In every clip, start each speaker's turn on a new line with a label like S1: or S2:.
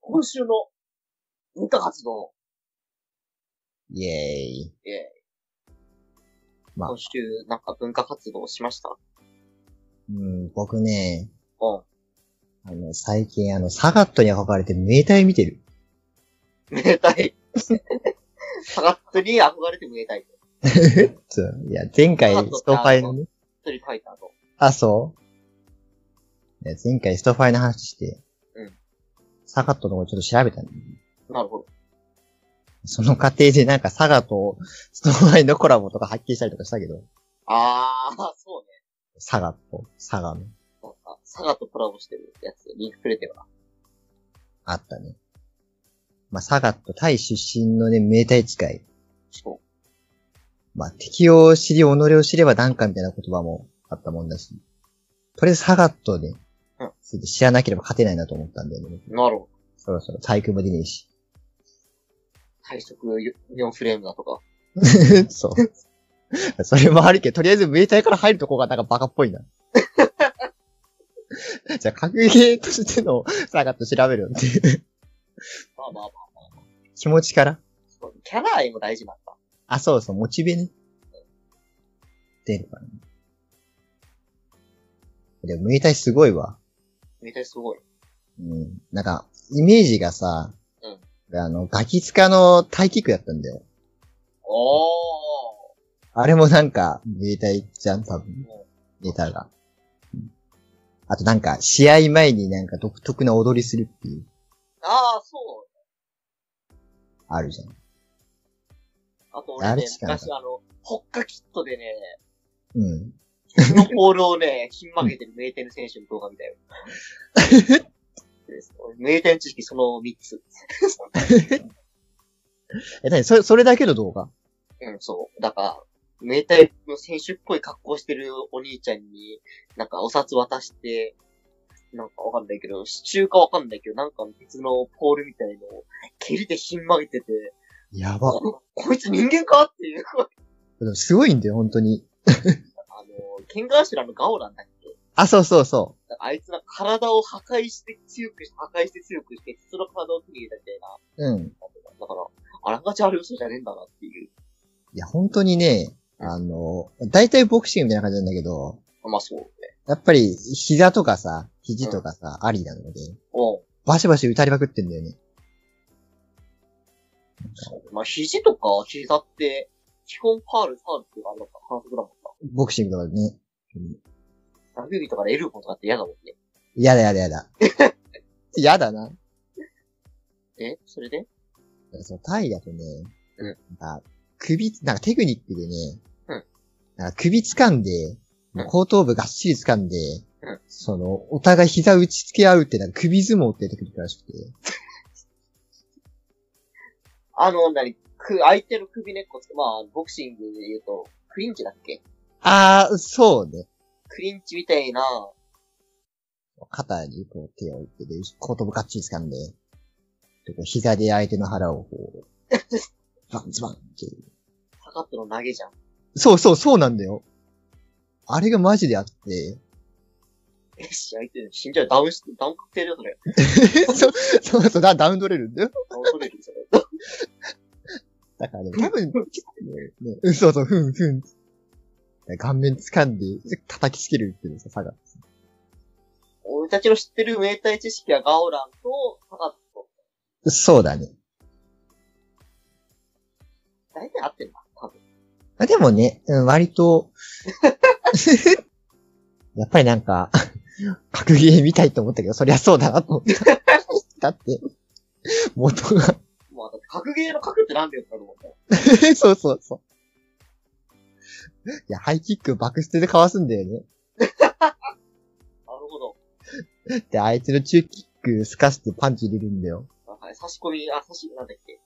S1: 今週の文化活動、
S2: イェーイ。
S1: ええ
S2: まあ
S1: 今週、なんか文化活動しました
S2: うん、僕ね、
S1: うん。
S2: あの、最近あの、サガットに憧れて名体見てる。
S1: めたい。サガッツに憧れてめたい。
S2: そういや、前回
S1: サガット
S2: ストファイのね、
S1: 一人書いた後。
S2: あ、そういや、前回ストファイの話して、
S1: うん
S2: サガットのことちょっと調べたの。
S1: なるほど。
S2: その過程でなんかサガとストファイのコラボとか発見したりとかしたけど、
S1: あー、そうね。
S2: サガと、サガの、
S1: なんか、サガとコラボしてるやつ、リンクくれてるな。
S2: あったね。まあ、サガとタイ出身のね、名体使い。
S1: そ
S2: まあ、敵を知り、己を知れば何かみたいな言葉もあったもんだし、とりあえずサガットで、
S1: うん
S2: 知らなければ勝てないなと思ったんだよね。
S1: う。なるほど。
S2: そろそろ体育も出ね えし。
S1: 退職4フレームだとか。
S2: そう。それもあるけど、とりあえず命体から入るとこがなんかバカっぽいな。 じゃあ、格ゲーとしてのサガット調べるのって、
S1: まあまあまあ
S2: 気持ちから。
S1: そう。キャラ愛も大事なんだ。
S2: あ、そうそう、モチベね。出るかな。でも、ムエタイすごいわ。
S1: めたいすごい。
S2: うん。なんか、イメージがさ、あの、ガキツカのタイキックだったんだよ。
S1: お
S2: あれもなんか、ムエタイじゃん、多分
S1: ー。。も
S2: ネタが。うんあとなんか、試合前になんか独特な踊りするっていう、
S1: うあー、そう。
S2: あるじゃん。
S1: あと俺ね
S2: 誰、しかなかっ
S1: 昔あの、ホッカキットでね、
S2: うん。
S1: のボールをね、ひん曲げてる名店選手の動画見たよ。名店知識その3つ。
S2: え、なに、それ、それだけの動画
S1: うん、そう。だから、名店の選手っぽい格好してるお兄ちゃんに、なんかお札渡して、なんかわかんないけど、支柱かわかんないけど、なんか別のポールみたいのを、蹴りでひん曲げてて、
S2: やば。
S1: ここいつ人間かっていう、
S2: でもすごいんだよ、本当に。
S1: あの、剣ガーシュラのガオランだっけ
S2: あ、そうそうそ
S1: なんかあいつが体を破壊して強くし、破壊して強くして、その体を手に入れたみたいな。
S2: う。うん。
S1: だから、あらがちある嘘じゃねえんだなっていう。
S2: いや、本当にね、あの、大体ボクシングみたいな感じなんだけど、
S1: まあそうね。
S2: やっぱり、膝とかさ、肘とかさ、ありなので、
S1: うん。
S2: バシバシ打たれまくってんだよね。
S1: そうまあ肘とか膝って、基本ファール、ファールっていうか、なんか反則だもん
S2: ボクシングとかでね。
S1: な。ラグビーとかでエルボーとかって嫌だもんね。
S2: やだやだやだ。やだな。
S1: えそれで
S2: そのタイだとね、
S1: うん
S2: なんか首、なんかテクニックでね、
S1: うん
S2: なんか首掴んで、
S1: うん
S2: 後頭部がっしり掴んで、
S1: うん
S2: その、お互い膝打ち付け合うってなんか首相撲ってテクニックらしくて、
S1: あの、なに、く、相手の首根っこつけ、まあ、ボクシングで言うと、クリンチだっけ
S2: あー、そうね。
S1: クリンチみたいな、
S2: 肩にこう手を置いてで、後頭部がっちり掴んで、でこう膝で相手の腹をこう、バンズバンって。
S1: サカットの投げじゃん。
S2: そうそう、そうなんだよ。あれがマジであって、
S1: え、相手、死んじゃう。ダウンし、ダウン確定だよ、それ。
S2: そう、そうそうだ、ダウン取れるんだよ。
S1: ダウン取れる、それ。
S2: だからね、多分、ね、うん、そうそう、ふん、ふん。顔面掴んで、叩きつけるっていうさ、差が。
S1: 俺たちの知ってる名体知識はガオランと、サカット。
S2: そうだね。
S1: 大体合ってるな、多分。
S2: あでもね、うん割と、 やっぱりなんか、格ゲーみたいと思ったけど、そりゃそうだなと思った。だって、元が、
S1: まあ、だって格ゲーの格ってなんでよだろう。
S2: そうそうそう。いや、ハイキックバックステでかわすんだよね。
S1: なるほど。
S2: で、相手の中キックすかしてパンチ入れるんだよ。
S1: はい、差し込み、あ、差し、なんだっけ。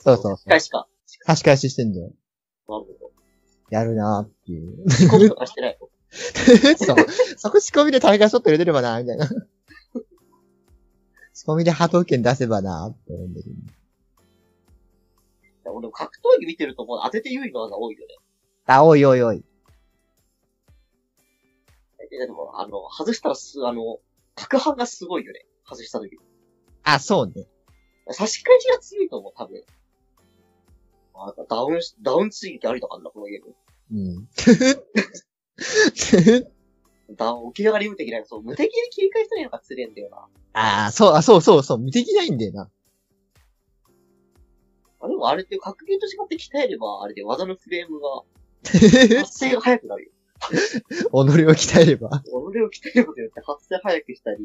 S2: そうそうそう
S1: 一回しか。
S2: 差し返ししてんだよ。
S1: なるほど。
S2: やるなーっていう。
S1: 仕込みとかしてない。
S2: そう。 そこ仕込みでタイガーショット入れてればな、みたいな。 仕込みで波動拳出せばな、って思うんだけど。
S1: 俺も格闘技見てるともう当てて優位の技多いよね。
S2: あ、おいおいおい。
S1: でも、あの、外したらす、あの、角反がすごいよね。外した時。
S2: あ、そうね。
S1: 差し返しが強いと思う、多分。あなんかダウンし、ダウン追撃ありとかあんだ、このゲーム。
S2: うん。
S1: ダウン、起き上がり無敵ない。そう、無敵に切り替えしたいのが釣れんだよな。
S2: ああ、そう、あ、そうそうそう、無敵ないんだよな。
S1: あでもあれって格ゲーと違って鍛えれば、あれで技のフレームが、発生が早くなるよ。
S2: 己を鍛えれば。
S1: 俺を鍛えることによって発生早くしたり、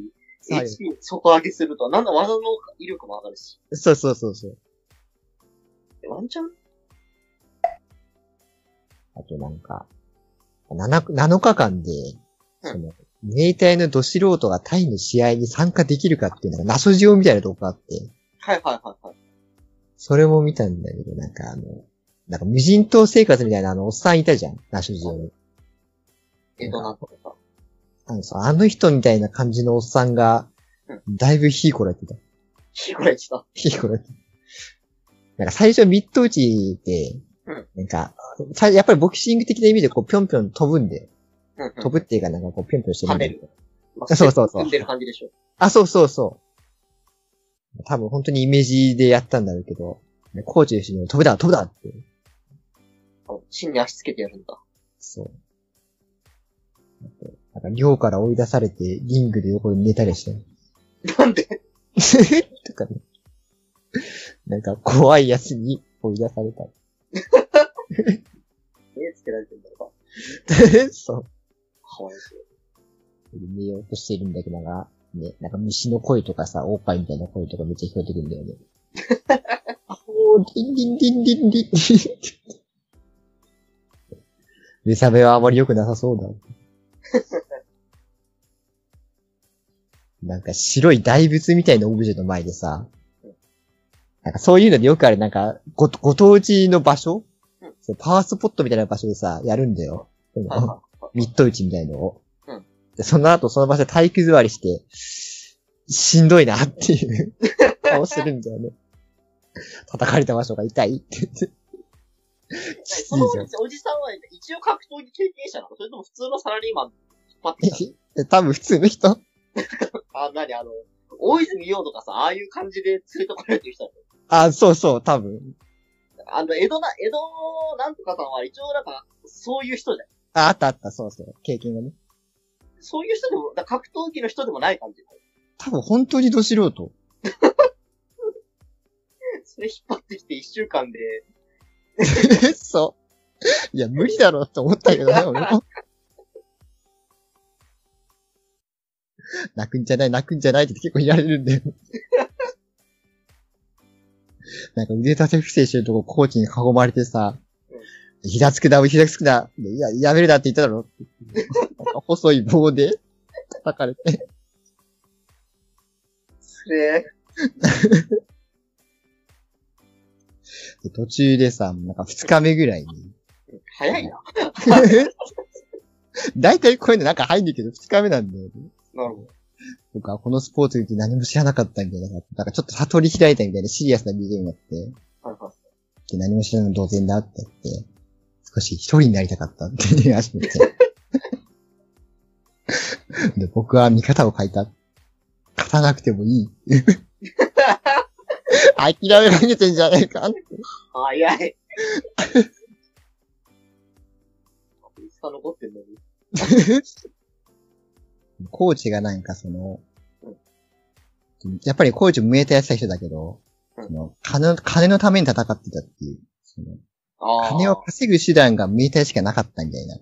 S2: はい
S1: HP 底上げすると、なんだ技の威力も上がるし。
S2: そうそうそうそう。
S1: ワンチャン
S2: あとなんか、7、7日間で、その、名体のド素人がタイの試合に参加できるかっていうのが謎事情みたいなとこがあって、
S1: はいはいはいはい。
S2: それも見たんだけど、なんかあの、なんか無人島生活みたいなあの、おっさんいたじゃん、謎事情に。
S1: えっと、なんとかさ。
S2: あのそうあの人みたいな感じのおっさんが
S1: う、
S2: だいぶ火こられてた。
S1: ひこれちた。
S2: 火こられてた。なんか最初ミッド打ちで、
S1: うん
S2: なんか、さやっぱりボクシング的な意味でこうぴょんぴょん飛ぶんで、
S1: うんうん。
S2: 飛ぶっていうかなんかこうぴょんぴょんして
S1: 跳
S2: るん
S1: ね
S2: で。
S1: る。
S2: そうそうそう
S1: 踏んでる感じでしょ。
S2: あ、そうそうそう。多分本当にイメージでやったんだろうけど、コーチの人に飛ぶだ、飛ぶだって。
S1: あの芯に足つけてやるんだ。
S2: そう。なんか寮から追い出されて、リングで横に寝たりして。
S1: なんで
S2: とかね。なんか怖いやつに追い出された。
S1: 目つけられてんだろ
S2: そう。
S1: うか。かわいそう。
S2: 寝ようとしてるんだけどな、ね、なんか虫の声とかさ、オーパイみたいな声とかめっちゃ聞こえてくるんだよね。あおー、ディンディンディンディンディンディン。目覚めはあまり良くなさそうだ。 なんか白い大仏みたいなオブジェの前でさ、なんかそういうのでよくある、なんかご、ご当地の場所、
S1: うん
S2: そうパワースポットみたいな場所でさ、やるんだよ。でも
S1: はいは
S2: ミッド打ちみたいのを。
S1: うん
S2: で、その後その場所で体育座りして、しんどいなっていう顔するんだよね。叩かれた場所が痛いって言って。
S1: い。
S2: きつ
S1: その
S2: い
S1: お
S2: じゃん
S1: じおじさんは一応格闘技経験者なのそれとも普通のサラリーマン引っ張 ってきた
S2: え。多分普通の人
S1: のあ、なにあの、大泉洋とかさ、ああいう感じで連れとかれてる人なの
S2: あ、そうそう、多分。
S1: あの、江戸な、江戸なんとかさんは一応なんか、そういう人じゃん。
S2: あ、あったあった、そうそう。経験がね。
S1: そういう人でも、だから格闘技の人でもない感じ。
S2: 多分本当にど素人。
S1: それ引っ張ってきて一週間で、
S2: そう。いや、無理だろうって思ったけどね、俺も。泣くんじゃない、泣くんじゃないって結構言われるんだよ。なんか腕立て伏せしてるとこコーチに囲まれてさ、膝つくだ、膝つくだ、いや、やめるなって言っただろって。なんか細い棒で叩かれて。
S1: それ、
S2: で途中でさ、なんか二日目ぐらいに、
S1: 早いな。
S2: だいたいこういうのなんか入んねんけど、二日目なんだよね。
S1: なるほど。
S2: 僕はこのスポーツって何も知らなかったみたいな、なんかちょっと悟り開いたみたいなシリアスなビデオになって、
S1: はいはい。
S2: で何も知らない同然だって言って、少し一人になりたかったっていう話で。で、僕は見方を変えた。勝たなくてもいい。諦めかけてんじゃねえかって。
S1: 早い。下残ってんのに。
S2: コーチがなんかその
S1: うん、
S2: やっぱりコーチもえたやってた人だけど、
S1: うん
S2: その金の金のために戦ってたっていう、その
S1: ああ。
S2: 金を稼ぐ手段が明体しかなかったみたいな。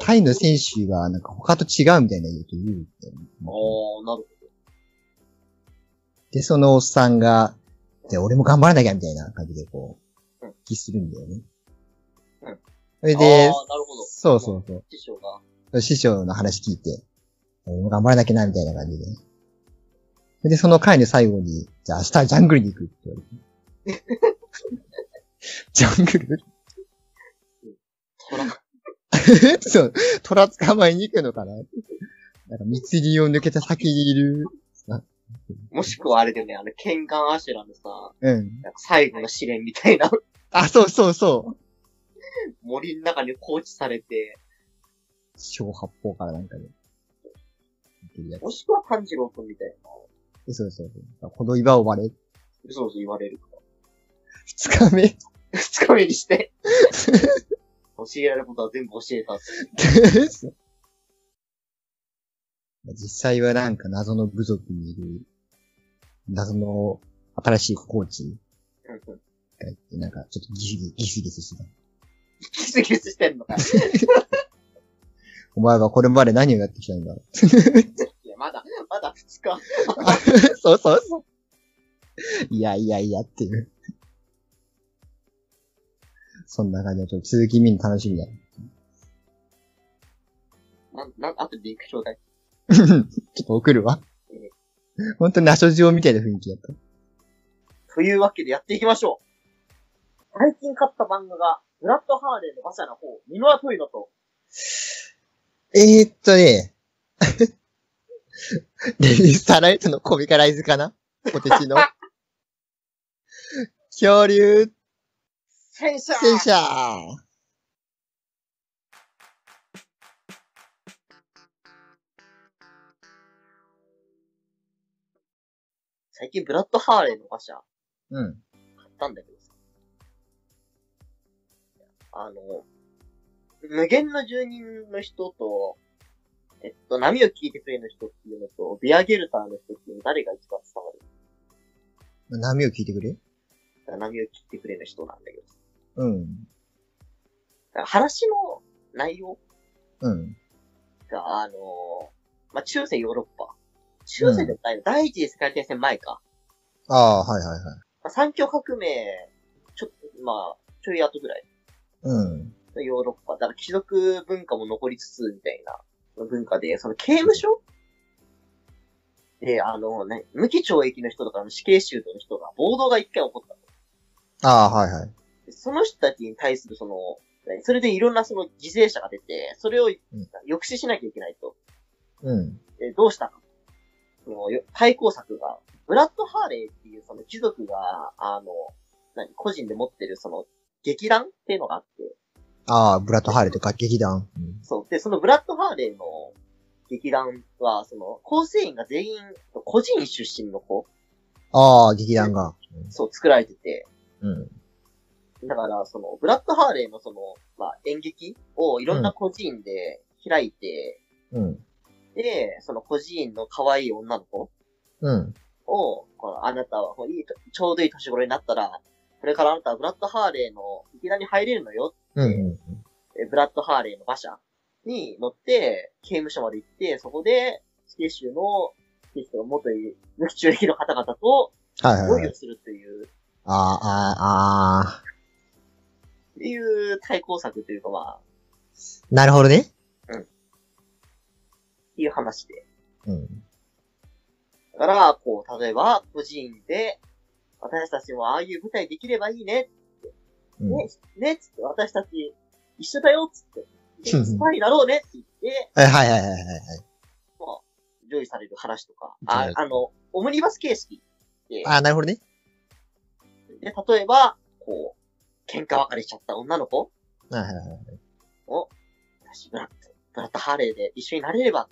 S2: タイの選手はなんか他と違うみたいな言うと言うんだよね
S1: ああ、なるほ
S2: で、そのおっさんが、で、俺も頑張らなきゃみたいな感じでこう
S1: うん、
S2: 気するんだよね。
S1: うん。
S2: それ
S1: ど。ああー、な
S2: で
S1: る、ほど。
S2: そうそうそう。
S1: 師匠が。
S2: 師匠の話聞いて、俺も頑張らなきゃな、みたいな感じで。で、その回の最後に、じゃあ明日ジャングルに行くって言われて。ジャングル
S1: トラ、
S2: そう、虎捕まえに行くのかななんか密林を抜けた先にいる、
S1: もしくはあれだよね、あの、剣眼アシュラのさ、
S2: うん。
S1: なんか最後の試練みたいな、
S2: あ、そうそうそう。
S1: 森の中に放置されて、
S2: 小八方からなんかで、ね。
S1: もしくは炭治郎くんみたいな。
S2: そうそうそう。この岩を割れ。
S1: そうそう言われる から。
S2: 二日目。
S1: 二日目にして。 教えられることは全部教えたって。
S2: 実際はなんか謎の部族にいる、謎の新しいコーチ
S1: うんうん
S2: がいて、なんかちょっとギスギスギスギスしてた。
S1: ギスギスしてんのかよ。
S2: お前はこれまで何をやってきたんだ
S1: いや、まだ、まだ二日。
S2: そうそうそう。いやいやいやっていう。そんな感じで、ちょっと続き見るの楽しみだ。
S1: なん、なん、あとリンクちょうだい。
S2: ちょっと送るわ。ほんとナショジオみたいな雰囲気だった。
S1: というわけでやっていきましょう。最近買った漫画が、ブラッド・ハーレーの馬車の方、ミノアトイノと、
S2: えー、っとね。 サラエトのコミカライズかなポテチの。恐竜
S1: 戦車
S2: 戦車
S1: 最近ブラッド・ハーレーの馬車、
S2: うん。
S1: 買ったんだけどさ。あの、無限の住人の人と、えっと、波を聞いてくれの人っていうのと、ビアゲルターの人っていうの誰が一番伝わる
S2: 波を聞いてくれ
S1: 波を聞いてくれの人なんだけどさ。
S2: うん。
S1: だから話の内容
S2: うん。
S1: が、あのまあ、中世ヨーロッパ。中世でもない、第一次世界大戦前か。
S2: ああー、はいはいはい。
S1: まあ、三強革命、ちょっと、まあ、ちょい後ぐらい
S2: うん。
S1: のヨーロッパ。だから貴族文化も残りつつ、みたいな文化で、その刑務所で、あのね、無期懲役の人とかの死刑囚の人が、暴動が一回起こったの
S2: ああ、はいはい。
S1: でその人たちに対するその、ねそれでいろんなその犠牲者が出て、それを抑止しなきゃいけないと。
S2: うん。
S1: で、どうしたか。そのよ対抗策が、ブラッド・ハーレーっていうその貴族が、あの、何、個人で持ってるその劇団っていうのがあって、
S2: ああ、ブラッドハーレとか劇団。うん
S1: そう。で、そのブラッド・ハーレーの劇団は、その、構成員が全員、個人出身の子、
S2: ああ、劇団が。
S1: そう、作られてて、
S2: うん。
S1: だから、その、ブラッド・ハーレーのその、まあ、演劇をいろんな個人で開いて、
S2: うん。
S1: で、その個人の可愛い女の子、
S2: うん。を
S1: を、このあなたはこういいと、ちょうどいい年頃になったら、これからあなたはブラッドハーレーの、いきなり入れるのよ。
S2: うん。うん。
S1: えブラッドハーレーの馬車に乗って、刑務所まで行って、そこで、死刑囚の、死刑囚の元い、無期懲役の方々と、
S2: はいはい
S1: 防
S2: はい。
S1: 御するという、
S2: ああ、ああ、ああ。
S1: っていう対抗策というかまあ、っ
S2: なるほどね。
S1: ていう話で。
S2: うん。
S1: だから、こう、例えば、個人で、私たちもああいう舞台できればいいね、
S2: うん。
S1: ね、ね、つって、私たち、一緒だよ、つって、でスパイだろうね、って言って、
S2: はいはいはいはいはい。
S1: 上位される話とか、
S2: は
S1: あ
S2: い
S1: あの、オムニバス形式で、
S2: ああ、なるほどね。
S1: で例えば、こう、喧嘩別れしちゃった女の子、
S2: はいはいはい。
S1: 私ブラッド、ブラッドハーレーで一緒になれれば、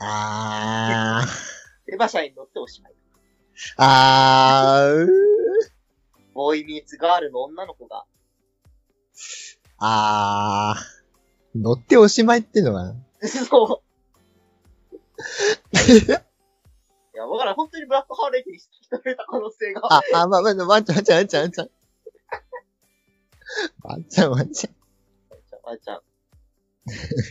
S2: あー。
S1: で、馬車に乗っておしまい。
S2: あー、うー
S1: ボーイミーツガールの女の子が、
S2: あー。乗っておしまいってのは。
S1: そう。いや、わからん。本当にブラッドハーレーに引き取られた可能性が。
S2: あ、あ、ま、ま、ワンちゃん、ワンちゃん、ワンちゃん、ワンちゃん。ワンちゃん、ワンち
S1: じ
S2: ゃ
S1: ゃあ、まあ、じゃあ。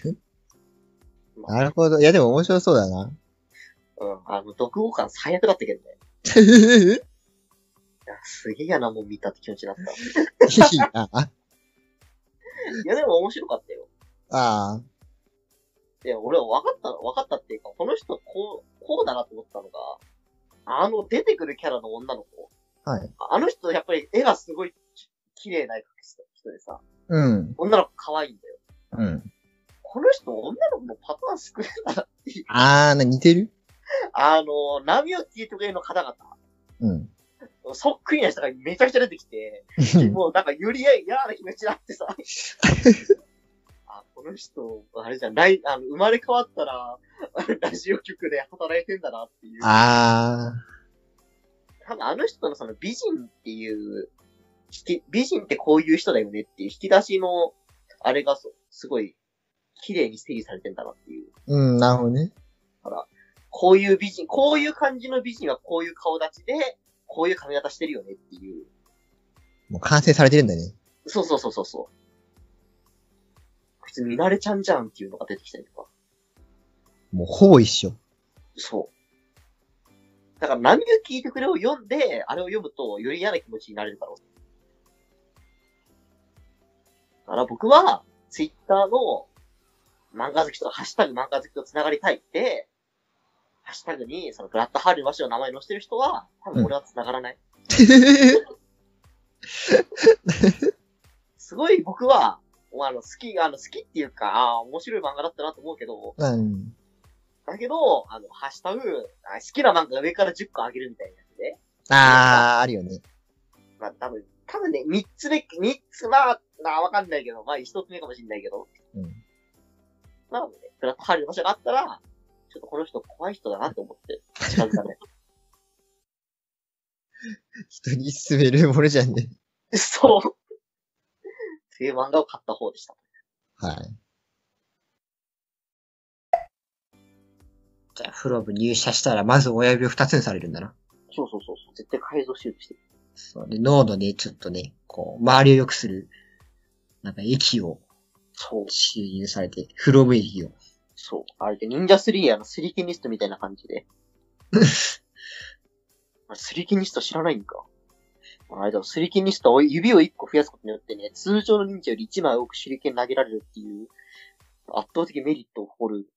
S2: ん。なるほど。いや、でも面白そうだな。
S1: うん。あの、独語感最悪だったけどね。
S2: い
S1: いや、すげえやなもん見たって気持ちになった。い
S2: いな。
S1: や、でも面白かったよ。
S2: あー。
S1: で、俺分かったの、分かったっていうか、この人こう、こうだなと思ったのが、あの出てくるキャラの女の子。
S2: はい。
S1: あの人やっぱり絵がすごいき綺麗な人でさ、
S2: うん。
S1: 女の子可愛いんだよ。
S2: うん。
S1: この人女の子のパターン少ないなっていう。
S2: あー、な、似てる
S1: あの、波を聞いてくれの方
S2: うん。
S1: 々、そっくりな人がめちゃくちゃ出て きて、もうなんかより嫌な気持ちになってさ。あ、このの人、あれじゃん、来、あの、生まれ変わったら、ラジオ局で働いてんだなっていう。
S3: あ
S1: 多分あの人のその美人っていう、引き、美人ってこういう人だよねっていう引き出しの、あれがそすごい、綺麗に整理されてんだなっていう。
S3: ー。うん、なるほどね。
S1: こういう美人、こういう感じの美人はこういう顔立ちで、こういう髪型してるよねっていう。
S3: もう完成されてるんだね。
S1: そうそうそうそうそう。普通に見慣れちゃんじゃんっていうのが出てきたりとか。
S3: もうほぼ一 緒。
S1: そう。だから波が聞いてくれを読んで、あれを読むとより嫌な気持ちになれるだろう。だから僕は、ツイッターの漫画好きと、ハッシュタグ漫画好きと繋がりたいって、ハッシュタグに、そのブラッドハールマシの名前載せてる人は、多分俺は繋がらない。すごい僕は、あの、好き、あの、好きっていうか、あー面白い漫画だったなと思うけど、
S3: うん。
S1: だけど、あの、ハッシュタグ、あ好きな漫画上から10個あげるみたいなやつで、
S3: あー、あるよね。
S1: まあ多分、多分ね、3つ目、三つ、まあ、まあわかんないけど、まあ1つ目かもしんないけど、
S3: うん。
S1: まあね、プラットファールの場所があったら、ちょっとこの人怖い人だなと思って、近づか ない。
S3: 人に勧めるものじゃんね。
S1: そう。 っていう漫画を買った方でした。
S3: はい。
S2: じゃあ、フロム入社したら、まず親指を二つにされるんだな。
S1: そうそうそうそう。絶対改造手術してる。
S2: そうで、脳のね、ちょっとね、こう、周りを良くする、なんか液を
S1: そう。
S2: 注入されて、フロム液を。
S1: そう。あれで、忍者3あの、スリーケミストみたいな感じで。あスリーケミスト知らないんか。あれだ、スリーケミストは指を1個増やすことによってね、通常の忍者より1枚多く手裏剣投げられるっていう、圧倒的メリットを誇る。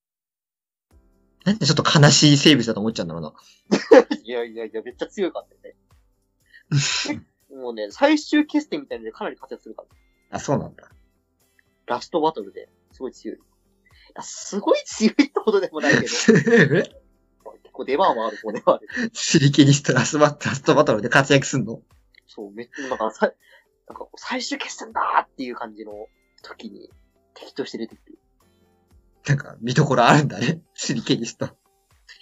S2: なんでちょっと悲しい生物だと思っちゃうんだろうな。
S1: いやいやいや、めっちゃ強かったね。もうね、最終決戦みたいなのでかなり活躍するから。
S2: あ、そうなん だ。
S1: ラストバトルで、すごい強い。いや、すごい強いってことでもないけど、結構出番はある、これはある。
S2: シリケリストラスバラストバトルで活躍すんの
S1: そう、めっ ちゃ、なんか、さなんか最終決戦だーっていう感じの時に、敵として出てくる。
S2: なんか、見どころあるんだね。シリケリスト。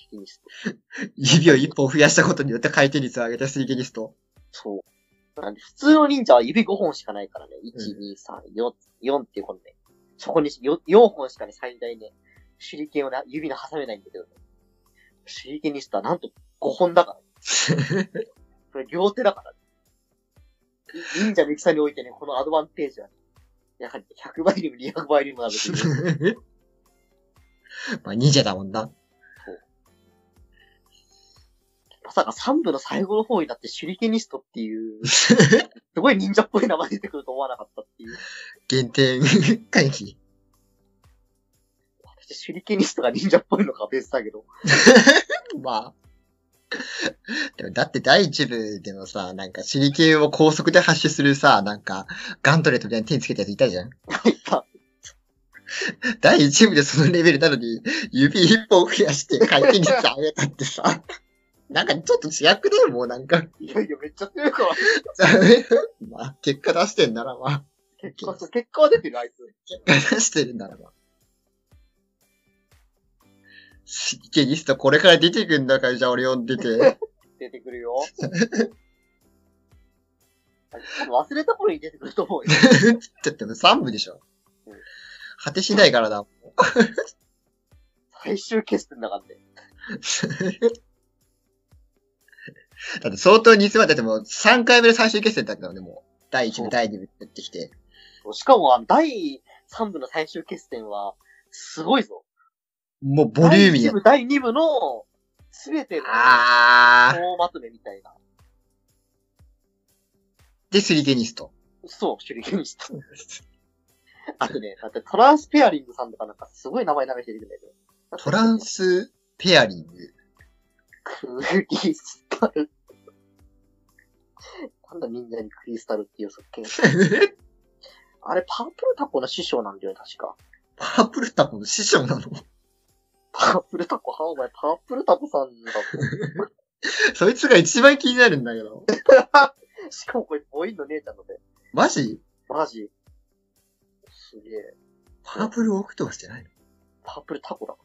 S1: 敵にして
S2: 指を一本増やしたことによって回転率を上げたシリケリスト。
S1: そう。なんで、普通の忍者は指5本しかないからね。1、
S2: う
S1: 2、3、4、4っていうこのね、そこによ4本しかね、最大ね、手裏剣をな指の挟めないんだけどね。手裏剣にしたらなんと5本だから。それ両手だから、ね。い忍者の戦においてね、このアドバンテージは、ね、やはり100倍にも200倍にもなるという。
S2: まあ、忍者だもんな。
S1: まさか3部の最後の方になって手裏剣ニストって いう、すごい忍者っぽい名前出てくると思わなかったっていう。
S2: 限定回帰。
S1: 私手裏剣ニストが忍者っぽいのかは別だけど。
S2: まあ。でもだって第一部でもさ、なんか手裏剣を高速で発射するさ、なんかガントレットみたいに手につけたやついたじゃん。
S1: 入った。
S2: 第一部でそのレベルなのに、指一本増やして回転率上げたってさ、 なんかちょっと違くねもうなんか。
S1: いやいや、めっちゃ強いから。
S2: まあ、結果出してんならまあ、
S1: 結果、結果は出てる、あいつ。
S2: 結果出してるならまあ。手裏剣リストこれから出てくんだから、じゃあ俺読んでて。
S1: 出てくるよ。忘れた頃に出てくると思うよ。
S2: だって3部でしょ
S1: うん。
S2: 果てしないからだ。
S1: 最終決戦だからね。
S2: だって相当煮詰まってても、3回目で最終決戦だったのね、もう。第1
S1: そう
S2: 部、第2部やってきて。
S1: しかも、あの第3部の最終決戦は、すごいぞ。
S2: もうボリューミ
S1: 第
S2: ー
S1: 1
S2: や。
S1: 部、第2部の、すべての、
S2: あー。
S1: 総まとめみたいな。
S2: で、スリケニスト。
S1: そう、手裏剣にした。あとね、だってトランスペアリングさんとかなんかすごい名前長い人いるんだけど。
S2: トラン
S1: ス
S2: スペアリング。
S1: クリスタル。なんだみんなにクリスタルっていうけんあれ、パープルタコの師匠なんだよね、確か。
S2: パープルタコの師匠なの
S1: パープルタコ、はお前、パープルタコさんだ。
S2: そいつが一番気になるんだけど。
S1: しかもこれ、ボインの姉ちゃんのね。
S2: マジ
S1: マジ。すげえ。
S4: パープルオクトパスじゃないの
S1: パープルタコだ。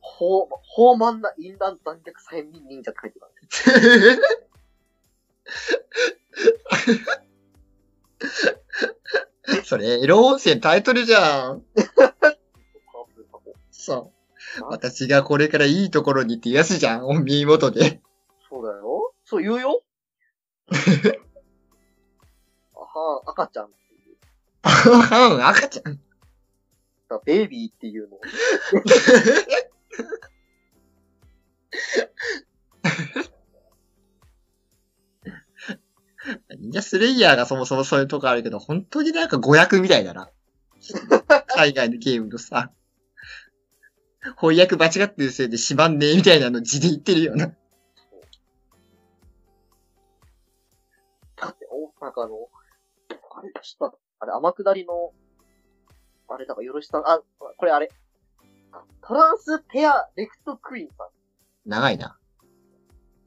S1: ほう、ほうまんな淫乱断逆催眠忍者って書いてある。
S4: それ、エロ温泉タイトルじゃん。
S1: パープルタコ。
S4: そう。私がこれからいいところにってやつじゃん、耳元で。
S1: そうだよ。そう言うよ。あはー、赤ちゃんっていう。
S4: うん赤ちゃん。
S1: だベイビーっていうの。
S4: 忍者スレイヤーがそもそもそういうとこあるけど、本当になんか誤訳みたいだな。海外のゲームのさ、翻訳間違ってるせいでしまんねえみたいなの字で言ってるよな。
S1: だって、お、なんかあの、あれ、知ったあれ、天下りの、あれ、だから、よろしさん、あ、これあれ。あトランスペアレクトクイーンさん、
S4: 長いな。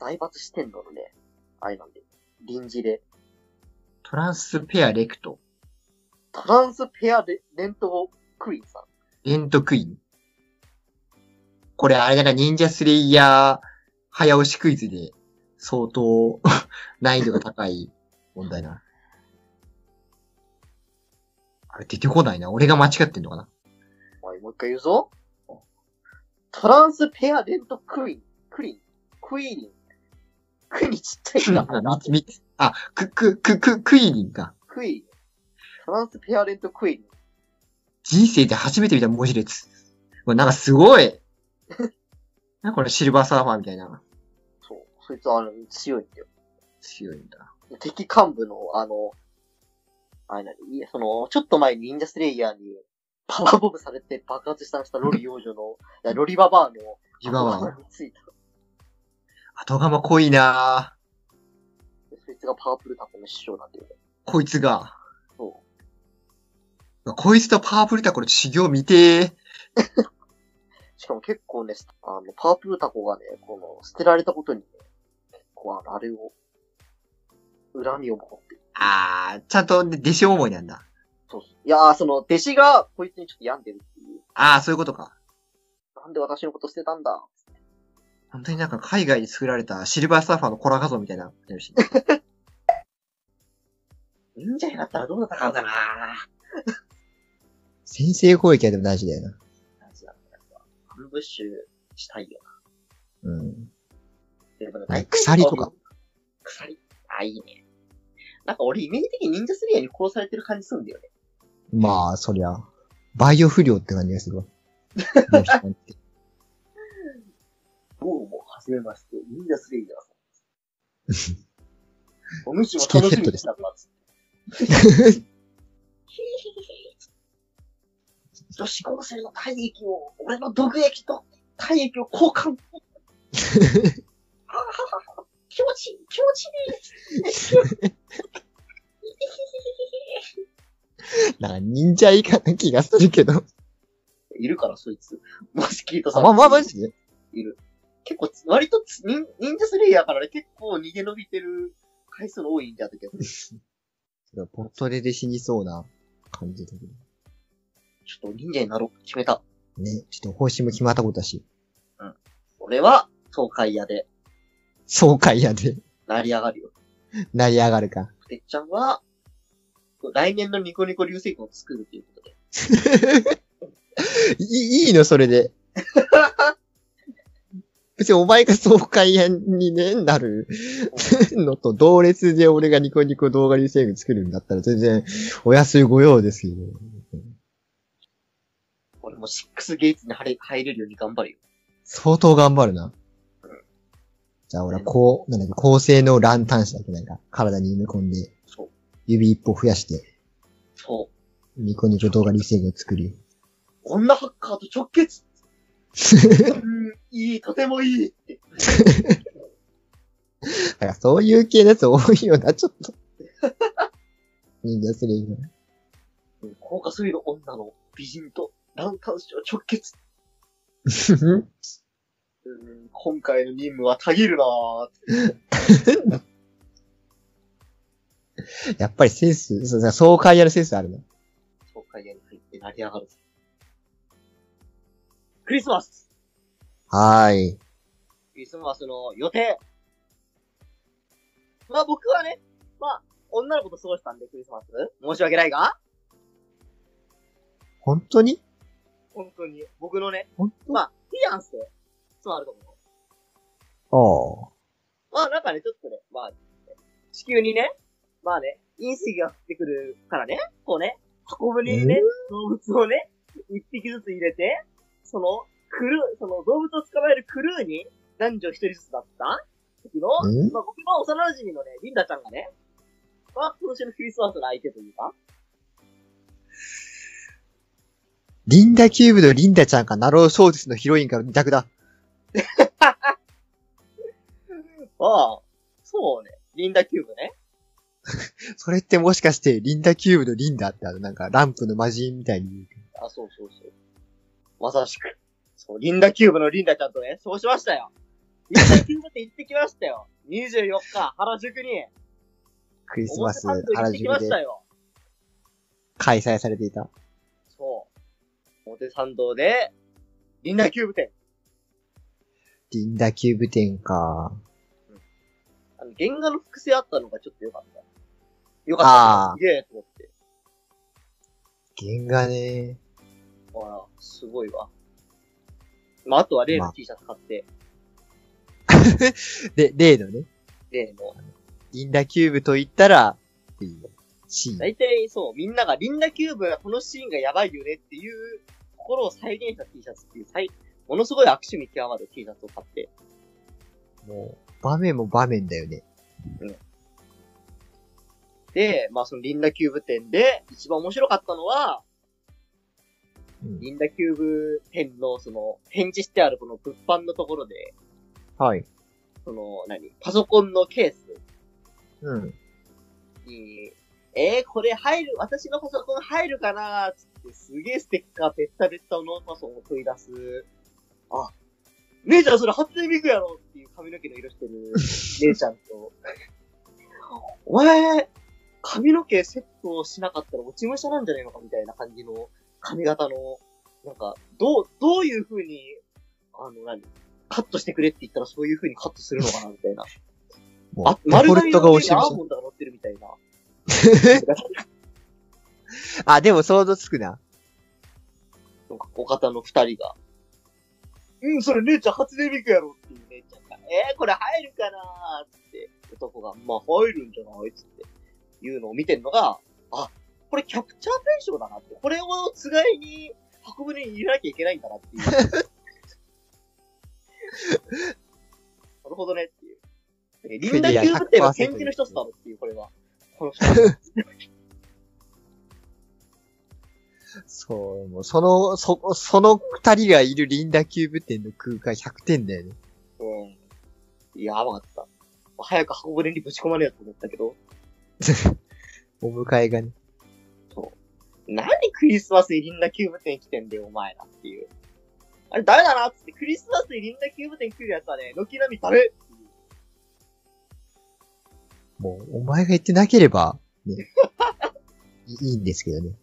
S1: 財閥してんののね、あれなんで、臨時で。
S4: トランスペアレクト、
S1: トランスペアレレントクイーンさん。
S4: レントクイーン。これあれだな、忍者スレイヤー、早押しクイズで、相当 難易度が高い問題な。あれ出てこないな。俺が間違ってんのかな
S1: おい、もう一回言うぞ。トランスペアレントクイーン、クイーン、クイーン。クイーンちっちゃいな。
S4: あ、みつあ、く、く、く、く、クイリンか。
S1: クイーン。トランスペアレントクイーン。
S4: 人生で初めて見た文字列。うわなんかすごい。 なんかこれシルバーサーファーみたいな。
S1: そう。そいつはあの、強いんだよ。
S4: 強いんだ。
S1: 敵幹部の、あの、あれなに、いやその、ちょっと前に忍者スレイヤーに、パワーボブされて爆発したしたロリ幼女の、いや、ロリババアの、
S4: リババア。
S1: についた。
S4: 後釜濃いなぁ。
S1: そいつがパープルタコの師匠なんだよね。
S4: こいつが。
S1: そう
S4: わこいつとパープルタコの修行見てー。
S1: しかも結構ね、あの、パープルタコがね、この、捨てられたことにね、こう、あのあれを、恨みを持ってる。
S4: あー、ちゃんとね弟子思いなんだ。
S1: そうそう。いやー、その、弟子が、こいつにちょっと病んでるっていう。
S4: あー、そういうことか。
S1: なんで私のこと捨てたんだ。
S4: 本当になんか海外で作られたシルバーサーファーのコラ画像みたいな。
S1: 忍者になったらどうなったかんだな
S2: 先制攻撃はでも大事だよな。
S1: 大事なんだよアンブッシュしたいよ。
S2: うん。
S1: でもね
S2: はい鎖とか。
S1: 鎖あ、いいね。なんか俺イメージ的に忍者スリアに殺されてる感じするんだよね。
S2: まあ、そりゃ、バイオ不良って感じがするわ。 もう一人
S1: どうも、はじめまして、忍者スリアさん です。お主
S2: チ
S1: は
S2: キンヘ
S1: 楽し
S2: ッ
S1: み
S2: ド
S1: に
S2: で
S1: し
S2: す
S1: たからっつって。女子高生の体液を、俺の毒液と体液を交 換。あははは気持ちいい、気持ち
S2: なんか忍者以下な気がするけど。
S1: いい。いるから、そいつ。モスキートさ
S2: あ、
S1: ん。
S2: まあまあマジで
S1: 結構つ、割とつ、忍忍者スレイヤーからね、結構逃げ延びてる回数の多いんじゃったけど、ち
S2: ポットレで死にそうな感じだけど。
S1: ょっと忍者になろう。決めた。
S2: ね、ちょっと方針も決まったことだし、
S1: 俺は、東海屋で、
S2: 爽快やで、
S1: 成り上がるよ。
S2: 成り上がるか。
S1: てっちゃんは、来年のニコニコ流星群を作るということで。
S2: いいいの、それで。 別にお前が爽快屋にね、なる のと同列で俺がニコニコ動画流星群作るんだったら全然お安い御用ですけど。
S1: 俺もシックスゲイツに入れ入れるように頑張るよ。
S2: 相当頑張るな。じゃあ俺はこう、なんだっけ、高性能ランタン子だっけなんか、体に埋め込んで
S1: そう、
S2: 指一歩増やして、
S1: そう。
S2: ニコニコ動画流星群を作るよ。
S1: 女ハッカーと直結うん、いい、とてもいいって。
S2: だからそういう系のやつ多いよな、ちょっ と。忍者スレイヤー。
S1: うん高架水路女の美人とランタン師を直結。うん、今回の任務はたぎるなぁ。
S2: やっぱりセンス、そうそう爽快やるセンスあるな。
S1: 東海屋に入って。ってなりやがるぞ。クリスマス
S2: はーい。
S1: クリスマスの予定まあ僕はね、まあ、女の子と過ごしたんでクリスマス申し訳ないが、
S2: 本当に
S1: 本当に僕のね、
S2: 本
S1: まあ、フィアンセ、そうあると思う。
S2: 当ああ。
S1: まあなんかね、ちょっとね、まあ、地球にね、まあね、隕石が降ってくるからね、こうね、箱舟にね、動物をね、一匹ずつ入れて、その、クルー、その動物を捕まえるクルーに、男女一人ずつだった時の、
S2: ん
S1: まあ僕の幼馴染のね、リンダちゃんがね、まあ今年のクリスマスの相手というか、
S2: リンダキューブのリンダちゃんがナロー小説のヒロインから二択だ。
S1: ああ、そうね、リンダキューブね。
S2: それってもしかして、リンダキューブのリンダってあの、なんか、ランプの魔人みたいに言うけど。
S1: あ、そうそうそう。まさしく。そう、リンダキューブのリンダちゃんとね、そうしましたよ。リンダキューブって行ってきましたよ。24日、原宿に。
S2: クリスマ
S1: 表
S2: ス、
S1: 参道に行っ
S2: 原
S1: てきま
S2: 宿
S1: した
S2: で
S1: よ。
S2: 開催されていた。
S1: そう。表参道で、リンダキューブ店。
S2: リンダキューブ店か。
S1: あの、原画の複製あったのがちょっと良かった。良かった
S2: あ
S1: な。
S2: あ
S1: すげえ、と思って。
S2: 原画ね。
S1: あら、すごいわ。まあ、あとは例
S2: ま
S1: の
S2: あ
S1: T シャツ買って、
S2: で、例のね、
S1: 例の。
S2: リンダキューブと言ったら、っていうシーン。
S1: 大体そう、みんながリンダキューブがこのシーンがやばいよねっていう心を再現した T シャツっていう、最ものすごい悪趣味極まる T シャツを買って、
S2: もう、場面も場面だよね。
S1: で、まあそのリンダキューブ店で一番面白かったのは、
S2: うん
S1: リンダキューブ店のその展示してあるこの物販のところで、
S2: はい。
S1: その何、パソコンのケース
S2: うん。
S1: に、えー、これ入る、私のパソコン入るかなつって、すげえステッカー、ペッタペッタのノートパソコンを取り出す。あ、姉ちゃんそれ初音ミクやろっていう髪の毛の色してる 姉ちゃんと、お前、髪の毛セットしなかったら落ち武者なんじゃねえのかみたいな感じの髪型の、なんか、どう、どういう風に、あの、何カットしてくれって言ったらそういう風にカットするのかなみた いな。
S2: も
S1: あ、
S2: う、デフォルトが
S1: 丸刈りの上
S2: 押
S1: に
S2: しま
S1: ア
S2: し
S1: ーモンドが乗ってるみたいな。
S2: た。 あ、でも想像つくな。
S1: なんか、お方の二人が。うん、それ姉ちゃん初音ミクやろっていう姉ちゃんが、えー、これ入るかなーっつって、男が、まあ入るんじゃないっつって、いうのを見てんのが、あ、これキャプチャー対象だなって、これをつがいに箱舟に入れなきゃいけないんだなっていう。なる ほどねっていう。リンダキューブ店の展示の一つだろっていう、これ は。この二人
S2: そう、もう、その、そ、その二人がいるリンダキューブ店の空間100点だよね。
S1: うん。やばかった。早く箱舟にぶち込まれよと思ったけど、
S2: お迎えがね。
S1: 何クリスマスにリンダキューブ店来てんだよ、お前らっていう。あれ、ダメだなっつって、クリスマスにリンダキューブ店来るやつはね、軒並みダメ
S2: もう、お前が言ってなければ、ね。 いいいんですけどね。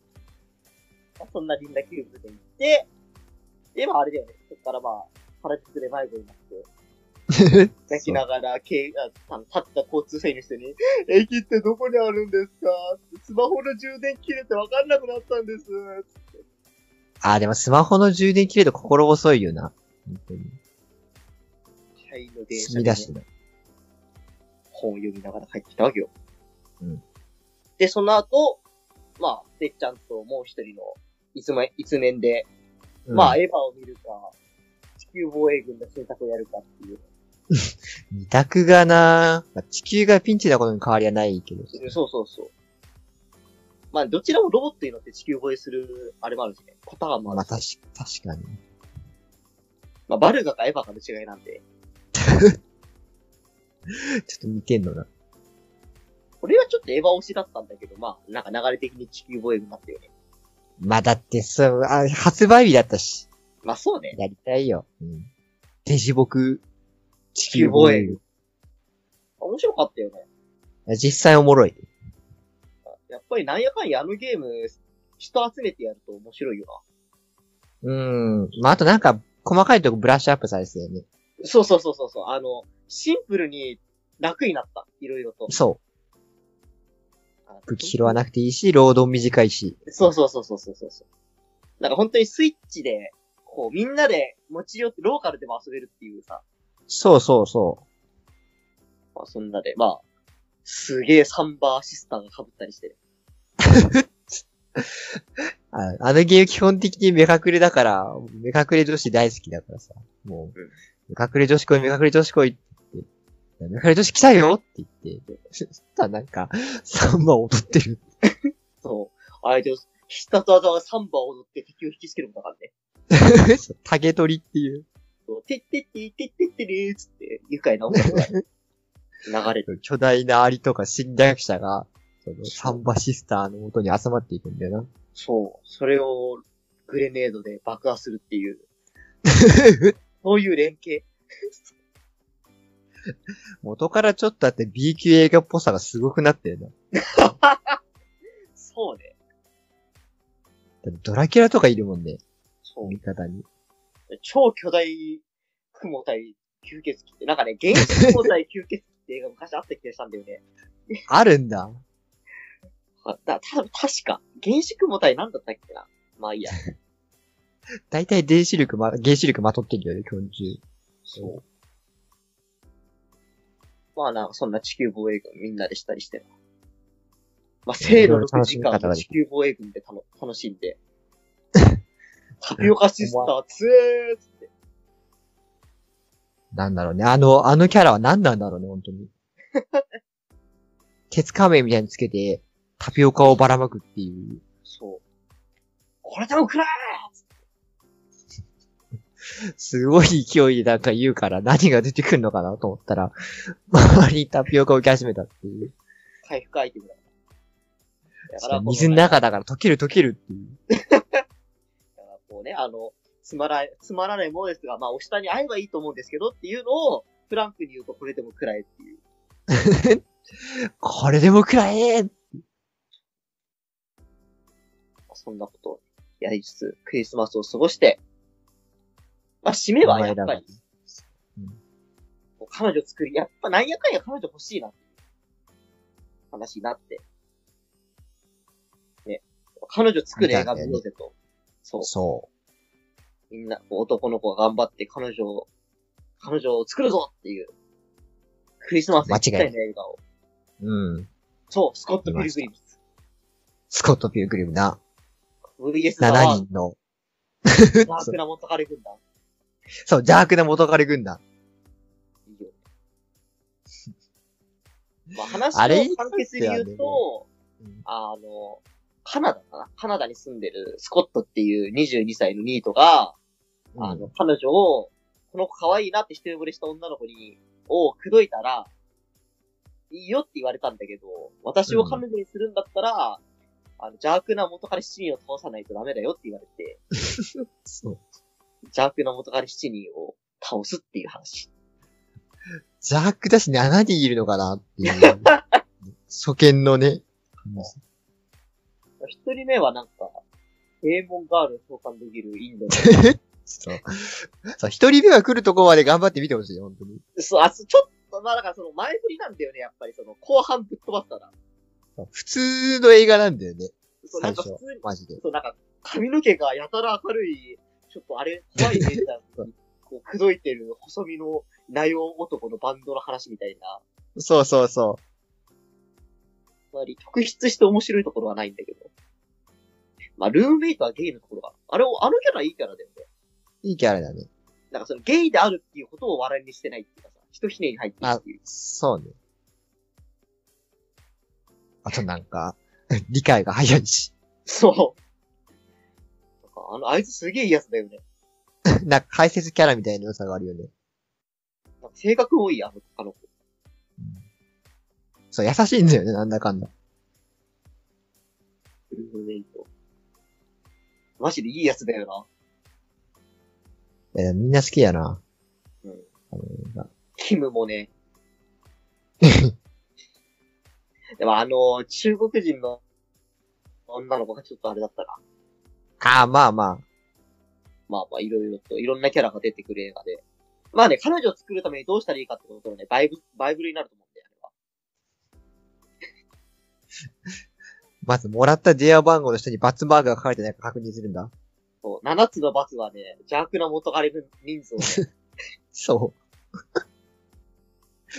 S1: そんなリンダキューブ店行って、で、まああれだよね。そっからまあ、原宿で迷子にな って、泣きながら、けああの立った交通整理してに、駅ってどこにあるんですかスマホの充電切れてわかんなくなったんです。
S2: あ、でもスマホの充電切れると心細いよな。本当に。
S1: はい、の電
S2: 積
S1: 車
S2: み
S1: でね
S2: 出してな。
S1: 本を読みながら帰ってきたわけよ。
S2: うん。
S1: で、その後、まあ、てっちゃんともう一人の、いつも、いつねんで、まあ、
S2: うん、
S1: エヴァを見るか、地球防衛軍の選択をやるかっていう。
S2: 二択がな、まあ、地球がピンチなことに変わりはないけど。
S1: そうそうそう。まあ、どちらもロボットに乗って地球防衛する、あれもあるしね。パターンもあ
S2: まあ、
S1: るし。
S2: 確確かに。
S1: まあ、バルガかエヴァかの違いなんで。
S2: ちょっと似てんのな。
S1: 俺はちょっとエヴァ推しだったんだけど、まあ、なんか流れ的に地球防衛軍だったよね。
S2: まあ、だって、そう、あ、発売日だったし。
S1: まあ、そうね。
S2: やりたいよ。うん。デジ僕、地
S1: 球防衛面白かったよね。
S2: 実際おもろい。
S1: やっぱりなんやかんやあのゲーム、人集めてやると面白いよ
S2: うん。まあ、あとなんか、細かいとこブラッシュアップされてたよね。
S1: な。そうそうそうそうそう。あの、シンプルに楽になった。いろいろと。
S2: そう。武器拾わなくていいし、労働短いし。
S1: そうそうそうそうそうそうそう。なんか本当にスイッチで、こう、みんなで持ち寄ってローカルでも遊べるっていうさ、
S2: そうそうそ
S1: まあそんなで、まあ、すげえサンバーシスターが被ったりして。
S2: う。ああのゲーム基本的に目隠れだから、目隠れ女子大好きだからさ。もう、
S1: うん
S2: 目隠れ女子来い、目隠れ女子来いって言って、目隠れ女子来たよって言って、そしたらなんか、サンバ踊ってる。
S1: そう。あれで、必殺技はサンバーを踊って敵を引きつけるもんだからね。
S2: 竹取りっていう。
S1: そう、てってってってってってれーっつって、愉快な音楽が流れて。
S2: 巨大なアリとか侵略者が、その、サンバシスターの元に集まっていくんだよな。
S1: そう。それを、グレネードで爆破するって いう。そういう連携。
S2: 元からちょっとあって B 級映画っぽさがすごくなってるな。
S1: そうね。
S2: だってドラキュラとかいるもんね、
S1: そう。
S2: 味方に。
S1: 超巨大雲対吸血鬼って、なんかね、原始雲対吸血鬼って映画昔あった気がしたんだよね。
S2: あるんだ。
S1: あだ、た、確か、原始雲対なんだったっけな。まあ いいや。
S2: だいたい電子力ま、原子力まとってるよね、基本中。
S1: そう。まあな、そんな地球防衛軍みんなでしたりしてな。まあ、制度6時間の地球防衛軍でたの楽しん で。タピオカシスター、つえーっつって。
S2: なんだろうね。あの、あのキャラは何なんだろうね、本当 に。鉄仮面みたいにつけて、タピオカをばらまくっていう。
S1: そう。これでも食らえ
S2: すごい勢いでなんか言うから何が出てくるのかなと思ったら、周りにタピオカを置き始めたっていう。
S1: 回復アイテ ムだから。だから、
S2: 水の中だから溶ける溶けるっていう。
S1: だからこうね、あの、つまらない、つまらないものですが、まあ、お下に会えばいいと思うんですけどっていうのを、フランクに言うとこれでも食らえっていう。
S2: これでもくらえ
S1: そんなことをやりつつ、クリスマスを過ごして、まあ、締めはやっぱり、こう彼女作り、やっぱなんやかんや彼女欲しいなっていう話になって。ね。彼女作る映画見ようぜと。そう。
S2: そ
S1: みんな、こう男の子が頑張って彼女を、彼女を作るぞっていう、クリスマスにぴったりの映画を。
S2: う。うん。
S1: そう、スコット・ピルグリムズ。
S2: スコット・ピルグリムな、
S1: VS ザ・ワー
S2: 7
S1: ル
S2: 人の、
S1: ド、ダークなモトカレ軍団。
S2: そう、邪悪な元彼軍団。
S1: いいよ。まあ、話
S2: あれ
S1: を簡潔に言うと
S2: うん、
S1: あの、カナダかなカナダに住んでるスコットっていう22歳のニートが、あの、彼女を、この子可愛いなって一目惚れした女の子に、を口説いたら、いいよって言われたんだけど、私を彼女にするんだったら、あの、邪悪な元彼7人を倒さないとダメだよって言われて、
S2: そう。
S1: 邪悪な元彼7人を倒すっていう話。
S2: 邪悪だし7人いるのかなって いう。初見のね。
S1: 一人目はなんか、デーモンガールを召喚できるインドの。
S2: そう。そう、一人目が来るとこまで頑張って見てほしい、本当に。
S1: そう、あ、そうちょっと、まあだからその前振りなんだよね、やっぱりその、後半ぶっ飛ばすから。
S2: 普通の映画なんだよね。
S1: そう、な
S2: 最
S1: んか
S2: 初
S1: 普通に。、
S2: マジで。
S1: そう、なんか、髪の毛がやたら明るい、ちょっとあれ、怖いね、みたいな。こう、口説いてる細身の内容男のバンドの話みたいな。
S2: そうそうそ
S1: つまり、特筆して面白いところはないんだけど。まあ、ルームメイトはゲイのところが。あれを、あのキャラいいキャラだよね。
S2: う。いいキャラだね。
S1: なんかその、ゲイであるっていうことを笑いにしてないっていうかさ、ひとひねり入ってるっていう。
S2: そうね。あとなんか、 理解が早いし。
S1: そう。なんかあの、あいつすげえいいやつだよね。
S2: なんか解説キャラみたいな良さがあるよね。
S1: なんか性格多い、あの、あの子。
S2: そう、優しいんだよね、なんだかんだ。
S1: ルームメイト。マジでいいやつだよな。
S2: いやみんな好きやな。
S1: うん
S2: あの映画
S1: キムもね。でもあの、中国人の女の子がちょっとあれだったら、
S2: ああ、まあまあ。
S1: まあまあいろいろと、いろんなキャラが出てくる映画で。まあね、彼女を作るためにどうしたらいいかってことのね、バイブ、バイブルになると思うんだよ、あ
S2: まず、もらった電話番号の下にバツマークが書かれてないか確認するんだ。
S1: れは。そう、7つの罰はね、邪悪な元彼の人数をね、
S2: そう。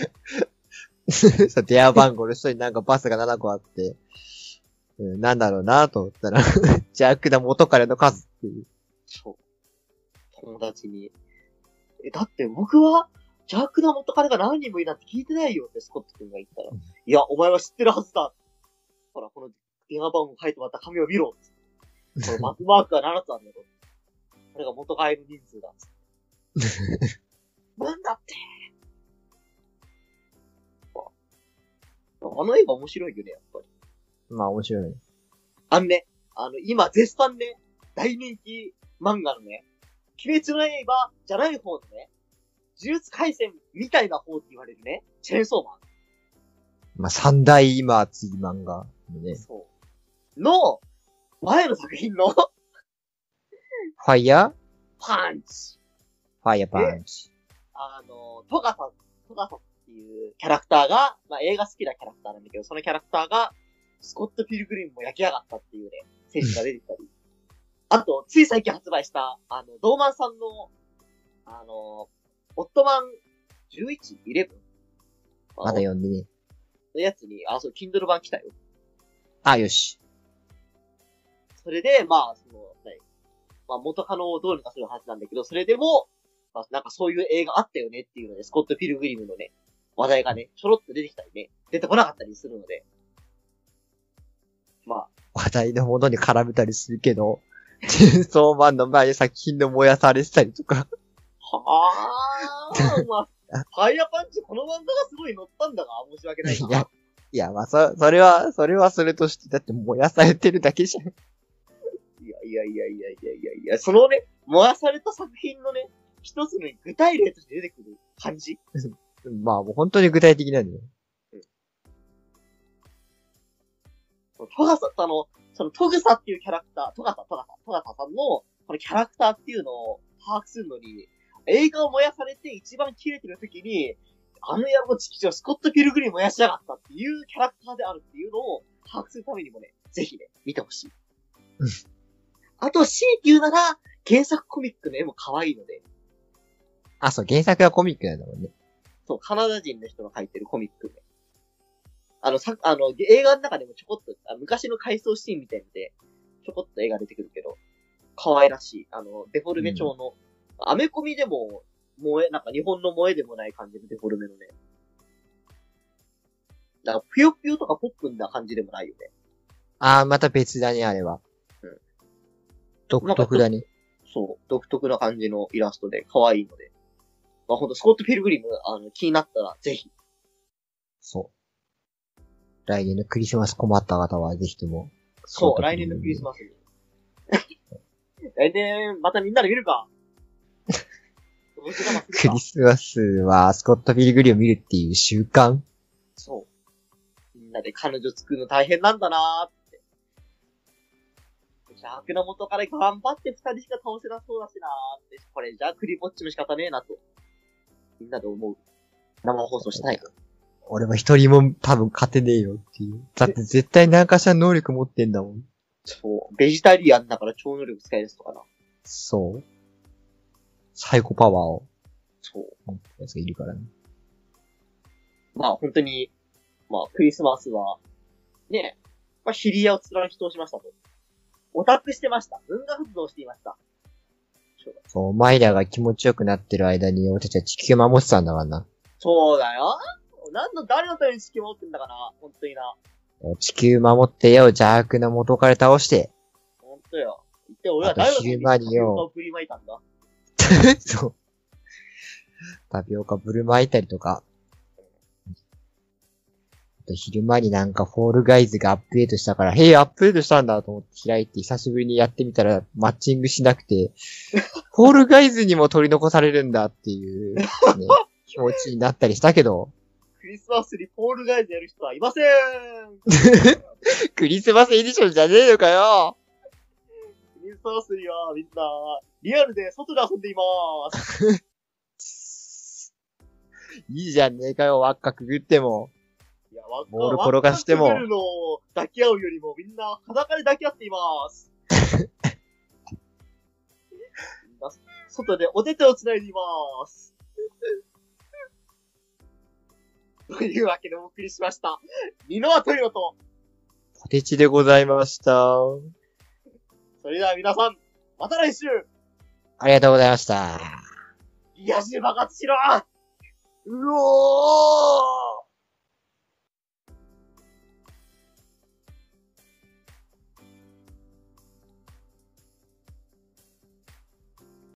S2: そう、電話番号の下になんかバスが7個あって、うん、なんだろうなと思ったら、 邪悪な元彼の数っていう。
S1: そう。友達に。え、だって僕は、邪悪な元彼が何人もいるなんて聞いてないよってスコット君が言ったら、
S2: うん
S1: いや、お前は知ってるはずだほら、この電話番号書いてもらった紙を見ろこのマスマークが7つあるんだ と。これが元彼の人数だ。なんだってあの映画面白いよね、やっぱり。
S2: まあ、面白いね。
S1: あのね、あの、今、絶賛ね、大人気漫画のね、鬼滅の刃じゃない方のね、呪術回戦みたいな方って言われるね、チェーンソーマ
S2: まあ、三大今熱い漫画のね
S1: ン。。そう。の、前の作品の
S2: ファイヤー
S1: パンチ。
S2: ファイヤーパンチ。
S1: あの、トガサ、トガサっていうキャラクターが、まあ、映画好きなキャラクターなんだけど、そのキャラクターが、スコット・ピルグリムも焼き上がったっていうね、選手が出てきたり。あと、つい最近発売した、あの、ドーマンさんの、あの、オットマン 11?11?
S2: まだ読んでね。
S1: のやつに、あ、そう、Kindle 版来たよ。
S2: あ、よし。
S1: それで、まあ、その、何まあ、元カノをどうにかする話なんだけど、それでも、まあ、なんかそういう映画あったよねっていうので、スコット・フィルグリムのね、話題がね、ちょろっと出てきたりね、出てこなかったりするので、まあ、
S2: 話題のものに絡めたりするけど、チェーンソーマンの前で作品の燃やされてたりとか。
S1: はあ、まあ、ファイヤーパンチこの漫画がすごい乗ったんだが、申し訳ない
S2: い
S1: な。
S2: や、いや、まあ、そ、それは、それはそれとして、だって燃やされてるだけじゃん。
S1: いやいやいやいやいやいやいや、そのね、燃やされた作品のね、一つの具体例として出てくる感じ
S2: まあ、もう本当に具体的なんだよ。
S1: トガサ、あの、そのトグサっていうキャラクター、トガサ、トガサ、トガサさんの、このキャラクターっていうのを把握するのに、映画を燃やされて一番切れてる時に、あの野郎チキをスコット・ピルグリム燃やしやがったっていうキャラクターであるっていうのを把握するためにもね、ぜひね、見てほしい
S2: うん。
S1: あと、C っていうなら、原作コミックの絵も可愛いので、
S2: あ、そう、原作はコミックなんだもんね。
S1: そう、カナダ人の人が書いてるコミックで。あの、さ、あの、映画の中でもちょこっと、あ昔の回想シーンみたいので、ちょこっと絵が出てくるけど、可愛らしい。あの、デフォルメ調の、アメコミでも、萌え、なんか日本の萌えでもない感じのデフォルメのね。だから、ぷよぷよとかポップンな感じでもないよね。
S2: ああ、また別だね、あれは。
S1: うん
S2: 独特だね。
S1: そう、独特な感じのイラストで、可愛いので。まあ、ほんと、スコット・ピルグリム、あの、気になったら、ぜひ。
S2: そう。来年のクリスマス困った方は、ぜひとも。
S1: そう、来年のクリスマスに。 来年、またみんなで見るか。どうしようかな
S2: クリスマスは、スコット・ビリグリを見るっていう習慣
S1: そう。みんなで彼女作るの大変なんだなーって。邪悪な元から頑張って二人しか倒せなそうだしなーって。これじゃあクリぼっちも仕方ねえなと。みんなで思う。生放送したい。
S2: 俺は一人も多分勝てねえよっていう。だって絶対何かしら能力持ってんだもん。
S1: そう。ベジタリアンだから超能力使える人かな。
S2: そう。サイコパワーを
S1: そう。
S2: 持ってるやつがいるからね。
S1: まあ本当に、まあクリスマスは、ねえ、まあ知り合いを貫き通しましたと。オタクしてました。文化活動をしていました。
S2: そう、お前らが気持ちよくなってる間に、俺たちは地球を守ってたんだからな。
S1: そうだよ。何の、誰のために式持ってんだかな。本当にな。
S2: 地球守ってよ、邪悪な元から倒して。
S1: 本当よ。一体俺は誰のため
S2: あと昼間によ
S1: を振りまいたんだ。
S2: そう。タピオカぶるまいたりとか。あと昼間になんかフォールガイズがアップデートしたから、へえ、アップデートしたんだと思って開いて久しぶりにやってみたらマッチングしなくて、フォールガイズにも取り残されるんだっていう、ね、気持ちになったりしたけど、
S1: ククリスマスにポールガイズやる人はいません
S2: クリスマスエディションじゃねえのかよ
S1: クリスマスにはみんな、リアルで外で遊んでいまーす。
S2: いいじゃんねえかよ、輪っかくぐっても。
S1: いや、わ
S2: ボール転がしても
S1: ワンカップルールの抱き合うよりもみんな裸で抱き合っていまーす。みんな外でお手手を繋いでいまーす。 というわけでお送りしました。ミノワトリオと、
S2: ポテチでございました。
S1: それでは皆さん、また来週
S2: ありがとうございました。
S1: 癒しに爆発しろうおー